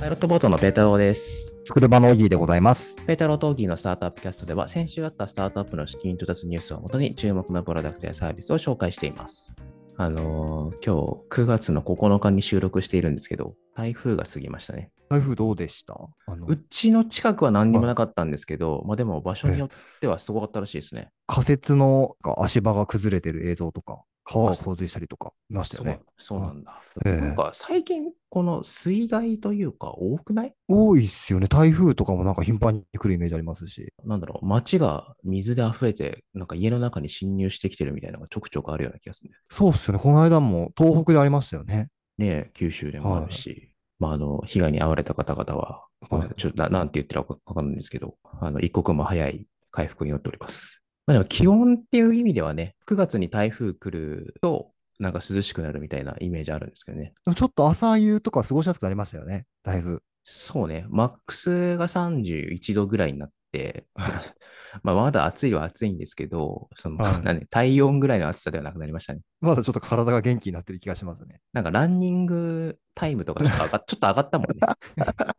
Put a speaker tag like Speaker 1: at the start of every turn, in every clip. Speaker 1: ロットボートのペータローです。
Speaker 2: 作る場のオギーでございます。
Speaker 1: ペータローとオギーのスタートアップキャストでは、先週あったスタートアップの資金調達ニュースをもとに注目のプロダクトやサービスを紹介しています。あのー今日9月の9日に収録しているんですけど、台風が過ぎましたね。
Speaker 2: 台風どうでしたあの
Speaker 1: うちの近くは何にもなかったんですけど、まあでも場所によってはすごかったらしいですね。
Speaker 2: 仮設のなんか足場が崩れてる映像とか、川が洪水したりとか見ましたよね。
Speaker 1: そうそうなんだ。
Speaker 2: ええ
Speaker 1: なんか最近、この水害というか多くない
Speaker 2: 多いっすよね。台風とかもなんか頻繁に来るイメージありますし。
Speaker 1: なんだろう、街が水で溢れて、なんか家の中に侵入してきてるみたいなのがちょくちょくあるような気がするね。
Speaker 2: そうっすよね。この間も東北でありましたよね。
Speaker 1: ねえ、九州でもあるし、まあ、あの、被害に遭われた方々は、ごめんなさいちょっとななんて言ってるかわかんないんですけど、あの、一刻も早い回復に祈っております。まあでも気温っていう意味ではね、9月に台風来ると、なんか涼しくなるみたいなイメージあるんですけどね。
Speaker 2: でもちょっと朝夕とか過ごしやすくなりましたよね。だいぶ。
Speaker 1: そうね、マックスが31度ぐらいにな って、まあまだ暑いは暑いんですけど、その、
Speaker 2: はい
Speaker 1: なんで体温ぐらいの暑さではなくなりましたね。
Speaker 2: まだちょっと体が元気になってる気がしますね。
Speaker 1: なんかランニングタイムとかちょっと上がちょっと上がったもん ね。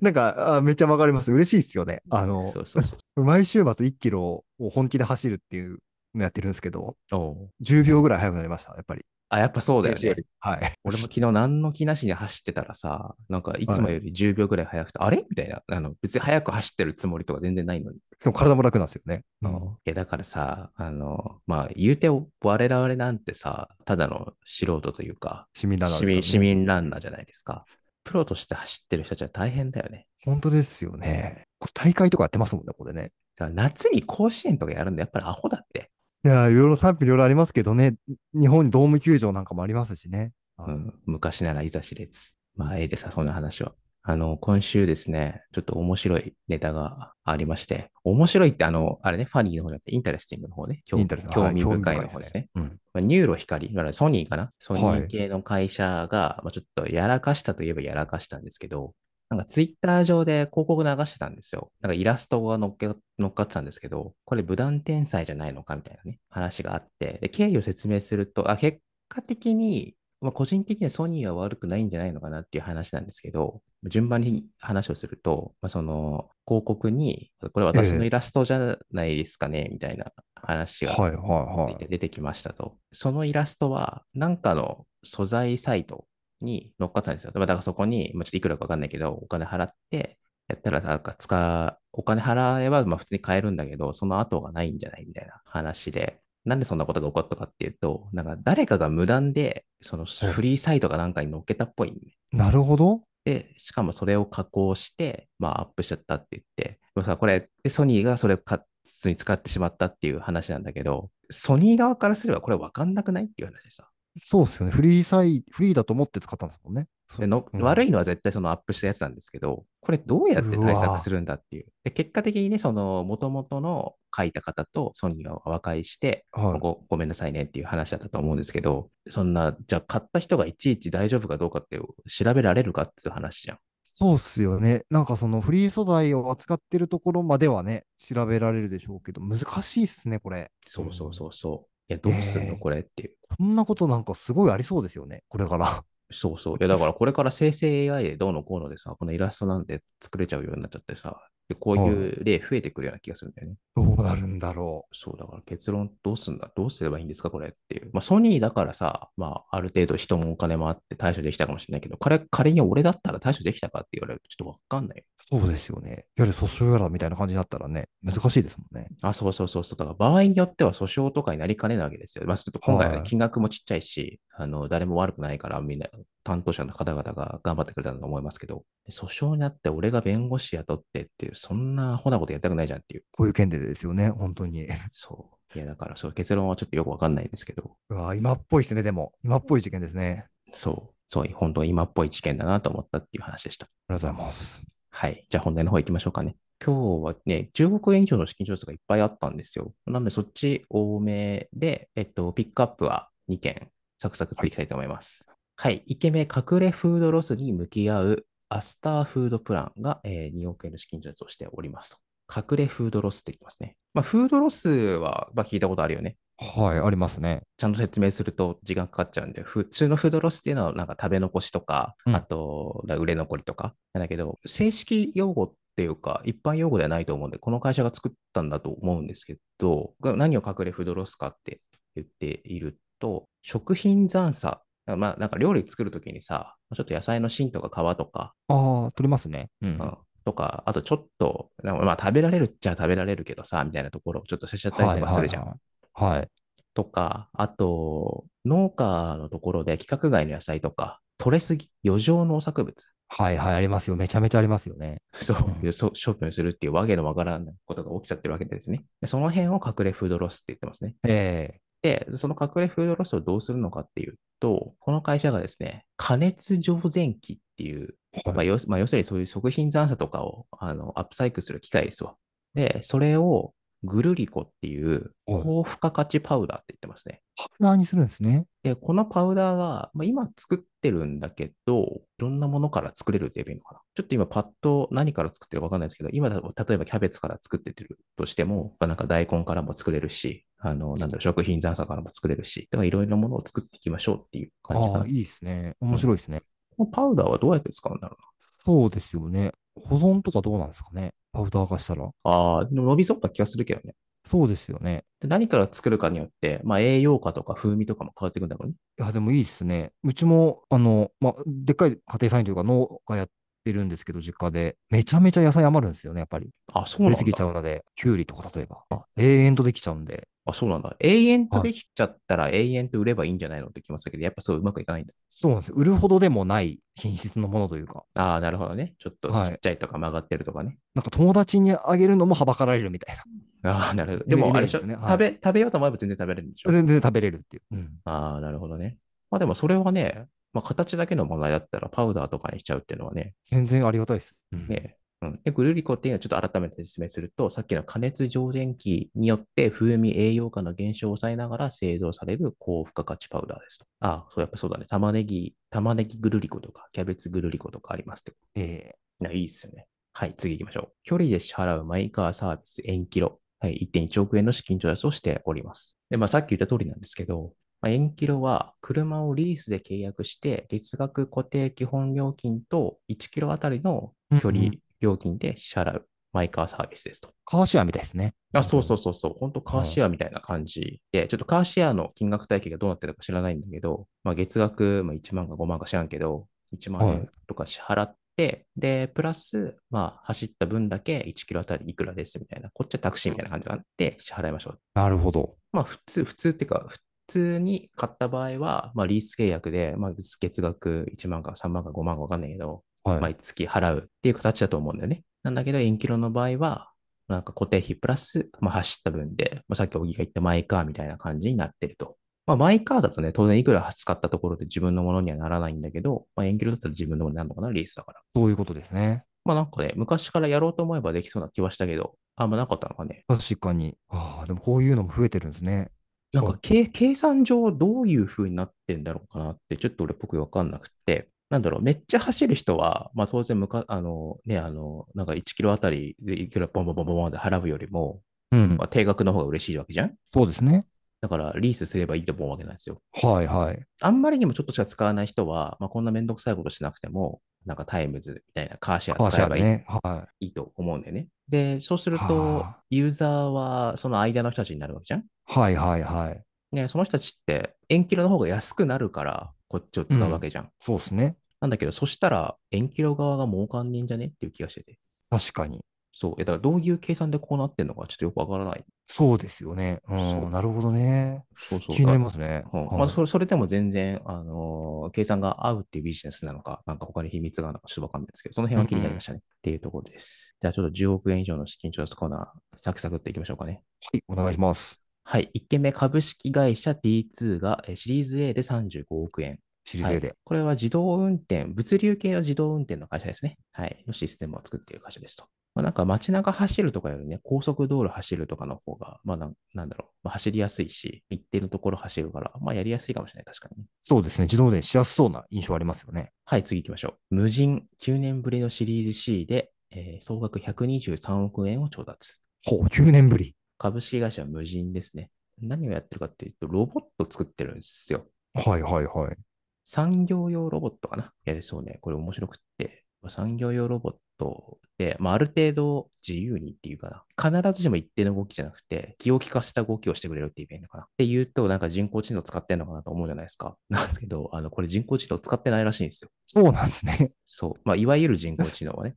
Speaker 2: なんか、あめっちゃわかります。嬉しいっすよね。あの
Speaker 1: そ、うそうそう。
Speaker 2: 毎週末1キロを本気で走るっていうのやってるんですけど、
Speaker 1: おう
Speaker 2: 10秒ぐらい速くなりました。やっぱり。
Speaker 1: あ、やっぱそうだよ
Speaker 2: 先週よ
Speaker 1: ね。
Speaker 2: りはい。
Speaker 1: 俺も昨日何の気なしに走ってたらさ、なんかいつもより10秒ぐらい早くて、あれみたいな。あの、別に早く走ってるつもりとか全然ないのに。
Speaker 2: でも体も楽なんですよね。
Speaker 1: いや、だからさ、あの、まあ、言うて、我々なんてさ、ただの素人というか、
Speaker 2: 市民ランナー
Speaker 1: 市
Speaker 2: で
Speaker 1: 民
Speaker 2: す
Speaker 1: 市
Speaker 2: からね
Speaker 1: 民ランナーじゃないですか。プロとして走ってる人たちは大変だよね。
Speaker 2: 本当ですよね。これ大会とかやってますもんね、これね。
Speaker 1: だから夏に甲子園とかやるんで、やっぱりアホだって。
Speaker 2: いやー、いろいろ賛否いろいろありますけどね。日本にドーム球場なんかもありますしね。
Speaker 1: うん、昔ならいざ知れつ。まあ、ええでさ、そんな話は。あの、今週ですね、ちょっと面白いネタがありまして、面白いって、あの、あれね、ファニーの方じゃなくて、インタレスティングの方ね、興
Speaker 2: インタレスティング
Speaker 1: 興
Speaker 2: はい
Speaker 1: 味深いの方ですね。
Speaker 2: うん。
Speaker 1: まあ、ニューロ光、まあソニーかなソニ
Speaker 2: は
Speaker 1: ー
Speaker 2: い
Speaker 1: 系の会社が、まあ、ちょっとやらかしたといえばやらかしたんですけど、なんかツイッター上で広告流してたんですよ。なんかイラストが乗っけ乗っかってたんですけど、これ無断転載じゃないのかみたいなね、話があって、で経緯を説明すると、あ結果的に、まあ、個人的にはソニーは悪くないんじゃないのかなっていう話なんですけど、順番に話をすると、まあ、その広告に、これ私の
Speaker 2: ええ
Speaker 1: イラストじゃないですかね、みたいな話が
Speaker 2: はいはいはい。
Speaker 1: 出てきましたと。そのイラストは、なんかの素材サイトに乗っかってたんですよ。だからそこに、まあ、ちょっといくらかわかんないけど、お金払って、やったらなんか使う、お金払えばまあ普通に買えるんだけど、その後がないんじゃないみたいな話で、なんでそんなことが起こったかっていうと、なんか誰かが無断で、そのフリーサイトかなんかに乗っけたっぽいんで
Speaker 2: なるほど。
Speaker 1: で、しかもそれを加工して、まあ、アップしちゃったって言って、でもさ、これ、でソニーがそれをか普通に使ってしまったっていう話なんだけど、ソニー側からすればこれ分かんなくないっていう話でさ。
Speaker 2: そうっすよね。フリーサイ、フリーだと思って使ったんですもんね。
Speaker 1: での
Speaker 2: うん
Speaker 1: 悪いのは絶対そのアップしたやつなんですけど、これどうやって対
Speaker 2: うわ
Speaker 1: 策するんだっていう。で結果的にね、その元々の書いた方とソニーが和解して、
Speaker 2: はい。
Speaker 1: ごごめんなさいねっていう話だったと思うんですけど、そんな、じゃあ買った人がいちいち大丈夫かどうかって調べられるかっていう話じゃん。
Speaker 2: そうっすよね。なんかそのフリー素材を扱ってるところまではね、調べられるでしょうけど、難しいっすね、これ。
Speaker 1: そうそうそうそう。いや、どうするの
Speaker 2: ええ
Speaker 1: これっていう。
Speaker 2: そんなことなんかすごいありそうですよね、これから。
Speaker 1: そうそう。いや、だからこれから生成 AI でどうのこうのでさ、このイラストなんて作れちゃうようになっちゃってさ、でこういう例増えてくるような気がするんだよね。
Speaker 2: どうなるんだろ
Speaker 1: そう、だから結論どうすんだどうすればいいんですかこれっていう。まあ、ソニーだからさ、まあ、ある程度人もお金もあって対処できたかもしれないけど、彼、仮に俺だったら対処できたかって言われるとちょっとわかんないよ。
Speaker 2: う。そうですよね。やはり訴訟やらみたいな感じになったらね、難しいですもんね。
Speaker 1: あ、そうそうそうそう。だから場合によっては訴訟とかになりかねないわけですよ。まあ、ちょっと今回はね
Speaker 2: はい
Speaker 1: 金額もちっちゃいし、あの、誰も悪くないから、みんな、担当者の方々が頑張ってくれたと思いますけど、訴訟になって俺が弁護士雇ってっていう、そんなアホなことやりたくないじゃんっていう。
Speaker 2: こういう件でですよね、本当に。
Speaker 1: そう。いや、だから、そう、結論はちょっとよくわかんないんですけど、
Speaker 2: うわ今っぽいですね、でも。今っぽい事件ですね。
Speaker 1: そう、そう、本当に今っぽい事件だなと思ったっていう話でした。
Speaker 2: ありがとうございます。
Speaker 1: はい。じゃあ本題の方行きましょうかね。今日はね、10億円以上の資金調達がいっぱいあったんですよ。なのでそっち多めで、えっと、ピックアップは2件サクサクっていきたいと思います。はい。1件目、隠れフードロスに向き合うアスターフードプランが、えー2億円の資金調達をしておりますと。隠れフードロスっていきますね。まあ、フードロスは、まあ、聞いたことあるよね。
Speaker 2: はい、ありますね。
Speaker 1: ちゃんと説明すると時間かかっちゃうんで、普通のフードロスっていうのはなんか食べ残しとか、
Speaker 2: うん
Speaker 1: あとだ売れ残りとか、なんだけど、正式用語っていうか、一般用語ではないと思うんで、この会社が作ったんだと思うんですけど、何を隠れフードロスかって言っていると、食品残差、まあなんか料理作るときにさ、ちょっと野菜の芯とか皮とか、
Speaker 2: ああ、取りますね。うん。
Speaker 1: うんとか、あとちょっと、なんかまあ食べられるっちゃ食べられるけどさ、みたいなところをちょっとしちゃったりとかするじゃん。
Speaker 2: はいはいはい。はい。
Speaker 1: とか、あと、農家のところで規格外の野菜とか、取れすぎ、余剰農作物、
Speaker 2: はいはい、ありますよ。めちゃめちゃありますよね。
Speaker 1: そう、そう処分するっていうわけのわからないことが起きちゃってるわけですね。でその辺を隠れフードロスって言ってますね。
Speaker 2: え
Speaker 1: で、その隠れフードロスをどうするのかっていうと、この会社がですね、加熱常前機っていう、
Speaker 2: え
Speaker 1: まあ要すまあ要するにそういう食品残差とかをあのアップサイクルする機械ですわ。で、それをグルリコっていう
Speaker 2: はい
Speaker 1: 高付加価値パウダーって言ってますね。
Speaker 2: パウダーにするんですね。
Speaker 1: で、このパウダーが、まあ、今作ってるんだけど、いろんなものから作れるって言えばいいのかな。ちょっと今パッと何から作ってるかわかんないですけど、今だと例えばキャベツから作っててるとしても、まあなんか大根からも作れるし、あの、なんだろう、食品残差からも作れるし、だからいろいろなものを作っていきましょうっていう感じか
Speaker 2: あ
Speaker 1: な
Speaker 2: あ、。いいですね。面白いですね。
Speaker 1: このパウダーはどうやって使うんだろ
Speaker 2: そうですよね。保存とかどうなんですかね。パウダー化したら。
Speaker 1: うな。ああ、でも伸びそうな気がするけどね。
Speaker 2: そうですよね。
Speaker 1: で何から作るかによって、まあ栄養価とか風味とかも変わってくんだろうね。
Speaker 2: いや、でもいいですね。うちも、あの、まあ、でっかい家庭菜園というか農家やってるんですけど、実家で。めちゃめちゃ野菜余るんですよね、やっぱり。
Speaker 1: あ、そう
Speaker 2: 取
Speaker 1: なん
Speaker 2: り
Speaker 1: だ
Speaker 2: すぎちゃうので、きゅうりとか例えば。永遠とできちゃうんで。
Speaker 1: あ、そうなんだ。永遠と
Speaker 2: は
Speaker 1: できちゃったら永遠と売ればいいんじゃないのって気もするけど、やっぱそううまくいかないんだ。
Speaker 2: そうなんですよ。売るほどでもない品質のものというか。
Speaker 1: ああ、なるほどね。ちょっと
Speaker 2: はい
Speaker 1: ちっちゃいとか曲がってるとかね。
Speaker 2: なんか友達にあげるのもはばかられるみたい な。
Speaker 1: ああ、なるほど。
Speaker 2: イメ
Speaker 1: でも、あれでし
Speaker 2: イ
Speaker 1: ょ、
Speaker 2: メージですねはい
Speaker 1: 食べ、食べようと思えば全然食べれるんでしょ。
Speaker 2: 全然食べれるっていう。うん
Speaker 1: ああ、なるほどね。まあでもそれはね、まあ形だけの問題だったらパウダーとかにしちゃうっていうのはね、
Speaker 2: 全然ありがたいです。うん
Speaker 1: ねうん、で、グルリコっていうのはちょっと改めて説明すると、さっきの加熱常電器によって風味、栄養価の減少を抑えながら製造される高付加価値パウダーですと。ああ、そう、やっぱそうだね。玉ねぎ、玉ねぎグルリコとか、キャベツグルリコとかありますって。
Speaker 2: え
Speaker 1: いや、いいっすよね。はい、次行きましょう。距離で支払うマイカーサービス延期ロ。はい、1.1億円の資金調達をしております。で、まあさっき言った通りなんですけど、まあ、延期ロは車をリースで契約して、月額固定基本料金と1キロあたりの
Speaker 2: ー
Speaker 1: 距
Speaker 2: うんう
Speaker 1: 離
Speaker 2: ん
Speaker 1: 料金で支払うマイカーサービスですと。
Speaker 2: カーシェアみたいですね。
Speaker 1: あ、そうそうそうそう。本当カーシェアみたいな感じで、ちょっとカーシェアの金額体系がどうなってるか知らないんだけど、まあ、月額、まあ、1万か5万か知らんけど、1万
Speaker 2: はい
Speaker 1: 円とか支払って、で、プラス、まあ、走った分だけ1キロあたりいくらですみたいな、こっちはタクシーみたいな感じがあって、支払いましょう。
Speaker 2: なるほど。
Speaker 1: まあ、普通、普通っていうか、普通に買った場合は、まあ、リース契約で、まあ、月額1万か3万か5万かわかんないけど、
Speaker 2: はい。
Speaker 1: 毎月払うっていう形だと思うんだよね。なんだけど、延期ロの場合は、なんか固定費プラス、まあ、走った分で、まあ、さっき小木が言ったマイカーみたいな感じになってると。まあ、マイカーだとね、当然いくら使ったところで自分のものにはならないんだけど、まあ、延期ロだったら自分のものになるのかな、リースだから。
Speaker 2: そういうことですね。
Speaker 1: まあなんかね、昔からやろうと思えばできそうな気はしたけど、あんまなかったのかね。
Speaker 2: 確かに。ああ、でもこういうのも増えてるんですね。
Speaker 1: なんか計計算上どういう風になってんだろうかなって、ちょっと俺僕わかんなくて、なんだろう、めっちゃ走る人は、まあ当然むか、あのね、あの、なんか1キロあたりでいくらボンボンボンボンボンで払うよりも、
Speaker 2: うん
Speaker 1: まあ、定額の方が嬉しいわけじゃん
Speaker 2: そうですね。
Speaker 1: だからリースすればいいと思うわけなんですよ。
Speaker 2: はいはい。
Speaker 1: あんまりにもちょっとしか使わない人は、まあこんなめんどくさいことしなくても、なんかタイムズみたいなカーシェ
Speaker 2: カ
Speaker 1: ア
Speaker 2: ーシ
Speaker 1: 使え
Speaker 2: ェア
Speaker 1: ば
Speaker 2: で
Speaker 1: いい,、
Speaker 2: ね。はい
Speaker 1: いと思うんだよね。で、そうすると
Speaker 2: はあ、
Speaker 1: ユーザーはその間の人たちになるわけじゃん
Speaker 2: い。はいはいはい。
Speaker 1: ね、その人たちって、円キロの方が安くなるから、こっちを使うわけじゃん。
Speaker 2: そうですね。
Speaker 1: なんだけど、そしたら、円キロ側が儲かんねえんじゃねっていう気がしてて。
Speaker 2: 確かに。
Speaker 1: そう。いやだから、どういう計算でこうなってんのか、ちょっとよくわからない。
Speaker 2: そうですよね。う。
Speaker 1: そうん
Speaker 2: なるほどね。
Speaker 1: そうそう。
Speaker 2: 気になりますね。
Speaker 1: うん
Speaker 2: はい
Speaker 1: まあ、それそれでも全然、あのー計算が合うっていうビジネスなのか、なんか他に秘密があるのかちょっとわかんないですけど、その辺は気になりましたね。っていうところです。じゃあちょっと10億円以上の資金調達コーナー、サクサクっていきましょうかね。
Speaker 2: はい。お願いします。
Speaker 1: はい。1件目、株式会社 D2 がえーシリーズ A で35億円。
Speaker 2: シリーズ A
Speaker 1: は
Speaker 2: で
Speaker 1: い。これは自動運転、物流系の自動運転の会社ですね。はい。のシステムを作っている会社ですと。まあ、なんか街中走るとかよりね、高速道路走るとかの方が、まあなんなんだろう、まあ、走りやすいし、一定のところ走るから、まあやりやすいかもしれない、確かにね。
Speaker 2: そうですね。自動でしやすそうな印象ありますよね。
Speaker 1: はい、次行きましょう。無人、9年ぶりのシリーズ C で、えー総額123億円を調達。
Speaker 2: ほう、9年ぶり。
Speaker 1: 株式会社無人ですね。何をやってるかっていうと、ロボット作ってるんですよ。
Speaker 2: はいはいはい。
Speaker 1: 産業用ロボットかな。やりそうね。これ面白くって。産業用ロボットで、まあ、ある程度自由にっていうかな。必ずしも一定の動きじゃなくて、気を利かせた動きをしてくれるっていうイベントかな。って言うと、なんか人工知能使ってんのかなと思うじゃないですか。なんですけど、あの、これ人工知能使ってないらしいんですよ。
Speaker 2: そうなんですね。
Speaker 1: そう。まあ、いわゆる人工知能はね。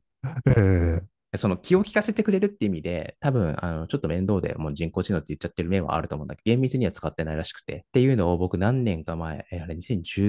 Speaker 2: ええ
Speaker 1: その気を利かせてくれるって意味で、多分、あの、ちょっと面倒でもう人工知能って言っちゃってる面はあると思うんだけど、厳密には使ってないらしくて。っていうのを僕何年か前、えあれ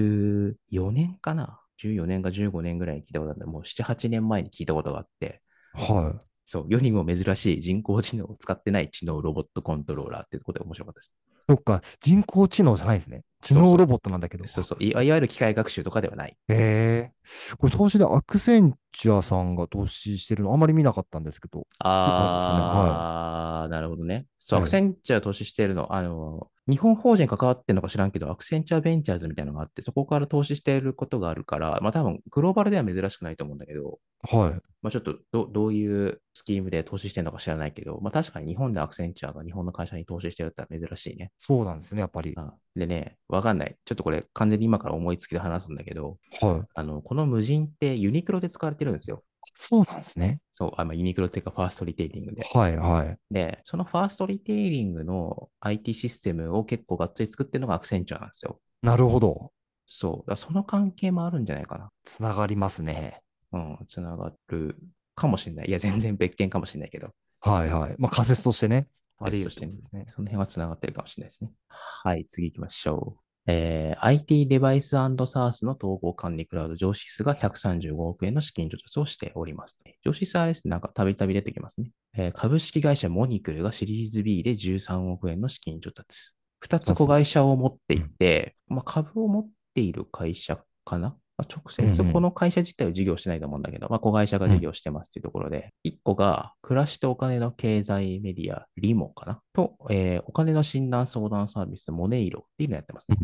Speaker 1: 2014年かな ?14 年か15年ぐらいに聞いたことあるんだもう7、8年前に聞いたことがあって、
Speaker 2: は
Speaker 1: そう、世にも珍しい人工知能を使ってない知能ロボットコントローラーっていうことで面白かったです。
Speaker 2: い。そっか、人工知能じゃないですね。知能ロボットなんだけど。
Speaker 1: そうそう、いいわゆる機械学習とかではない。
Speaker 2: ええこれ、投資でアクセンチュアさんが投資してるの、あまり見なかったんですけど。
Speaker 1: あー、なるほどね。そう、
Speaker 2: え
Speaker 1: ア
Speaker 2: え
Speaker 1: クセンチャー投資してるの、あの、日本法人関わってるのか知らんけど、アクセンチャーベンチャーズみたいなのがあって、そこから投資していることがあるから、まあ多分、グローバルでは珍しくないと思うんだけど、
Speaker 2: はい。
Speaker 1: まあちょっとど、どういうスキームで投資してるのか知らないけど、まあ確かに日本でアクセンチャーが日本の会社に投資してるってのは珍しいね。
Speaker 2: そうなんですね、やっぱり。
Speaker 1: あでね、わかんない。ちょっとこれ完全に今から思いつきで話すんだけど、
Speaker 2: はい。
Speaker 1: あの、この無人ってユニクロで使われてるんですよ。
Speaker 2: そうなんですね。
Speaker 1: そう、あまあユニクロっていうかファーストリテイリングで。
Speaker 2: はいはい。
Speaker 1: で、そのファーストリテイリングの IT システムを結構がっつり作ってるのがアクセンチュアなんですよ。
Speaker 2: なるほど。
Speaker 1: そう。だからその関係もあるんじゃないか
Speaker 2: つながりますね。
Speaker 1: な。うん、つながるかもしれない。いや、全然別件かもしれないけど、
Speaker 2: はいはい。まあ仮説としてね。あり
Speaker 1: 別と
Speaker 2: 得る
Speaker 1: し
Speaker 2: っ
Speaker 1: てて
Speaker 2: こ
Speaker 1: ね
Speaker 2: とですね。
Speaker 1: その辺はつながってるかもしれないですね。はい、次行きましょう。えー IT デバイス SaaS の統合管理クラウド、ジョーシスが135億円の資金調達をしております。ジョーシスはあれですねなんかたびたび出てきますね、えー株式会社モニクルがシリーズ B で13億円の資金調達。二つ子会社を持っていて、まあ、株を持っている会社かな。まあ、直接
Speaker 2: うんうん
Speaker 1: この会社自体は事業してないと思うんだけど、まあ、子会社が事業してますっていうところで、一個が暮らしとお金の経済メディア、リモかな。と、えーお金の診断相談サービス、モネイロっていうのやってますね。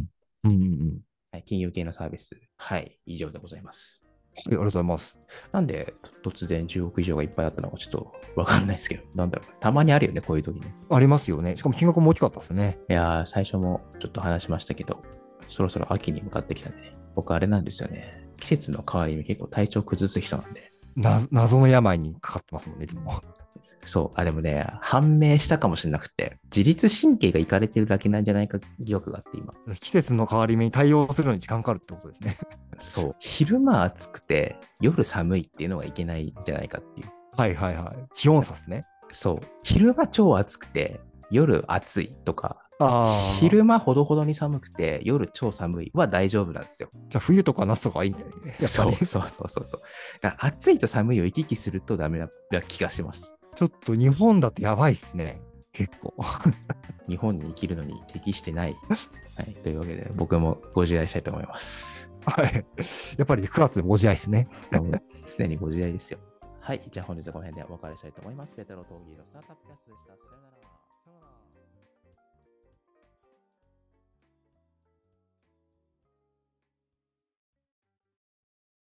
Speaker 2: うんうんうん。
Speaker 1: はい、金融系のサービス。はい、以上でございます。
Speaker 2: はい、ありがとうございます。
Speaker 1: なんでと突然10億以上がいっぱいあったのかちょっとわかんないですけど、なんだろう。たまにあるよね、こういう時に。
Speaker 2: ありますよね。しかも金額も大きかったですね。
Speaker 1: いやー、最初もちょっと話しましたけど、そろそろ秋に向かってきたんで、ね、僕あれなんですよね。季節の変わり目結構体調崩す人なんで。
Speaker 2: な謎の病にかかってますもんね、いつも。
Speaker 1: そう、あ、でもね、判明したかもしれなくて、自律神経がいかれてるだけなんじゃないか疑惑があって今。
Speaker 2: 季節の変わり目に対応するのに時間かかるってことですね。
Speaker 1: そう。昼間暑くて、夜寒いっていうのがいけないんじゃないかっていう。
Speaker 2: はいはいはい。気温差ですね。
Speaker 1: そう。昼間超暑くて、夜暑いとか、
Speaker 2: あ昼
Speaker 1: 昼間ほどほどに寒くて、夜超寒いは大丈夫なんですよ。
Speaker 2: じゃあ冬とか夏とかはいいんですね。やっぱ
Speaker 1: そう
Speaker 2: り。
Speaker 1: そうそうそうそう。だから暑いと寒いを行き来するとダメな気がします。
Speaker 2: ちょっと日本だってやばいっすね。結構。
Speaker 1: 日本に生きるのに適してない。はい、というわけで、僕もご自愛したいと思います。
Speaker 2: はい。やっぱり9月でご自愛ですね。
Speaker 1: もう常にご自愛ですよ。はい、じゃあ本日はこの辺でお別れしたいと思います。ペテロ・トーギーのスタートアップキャストでした。さよなら。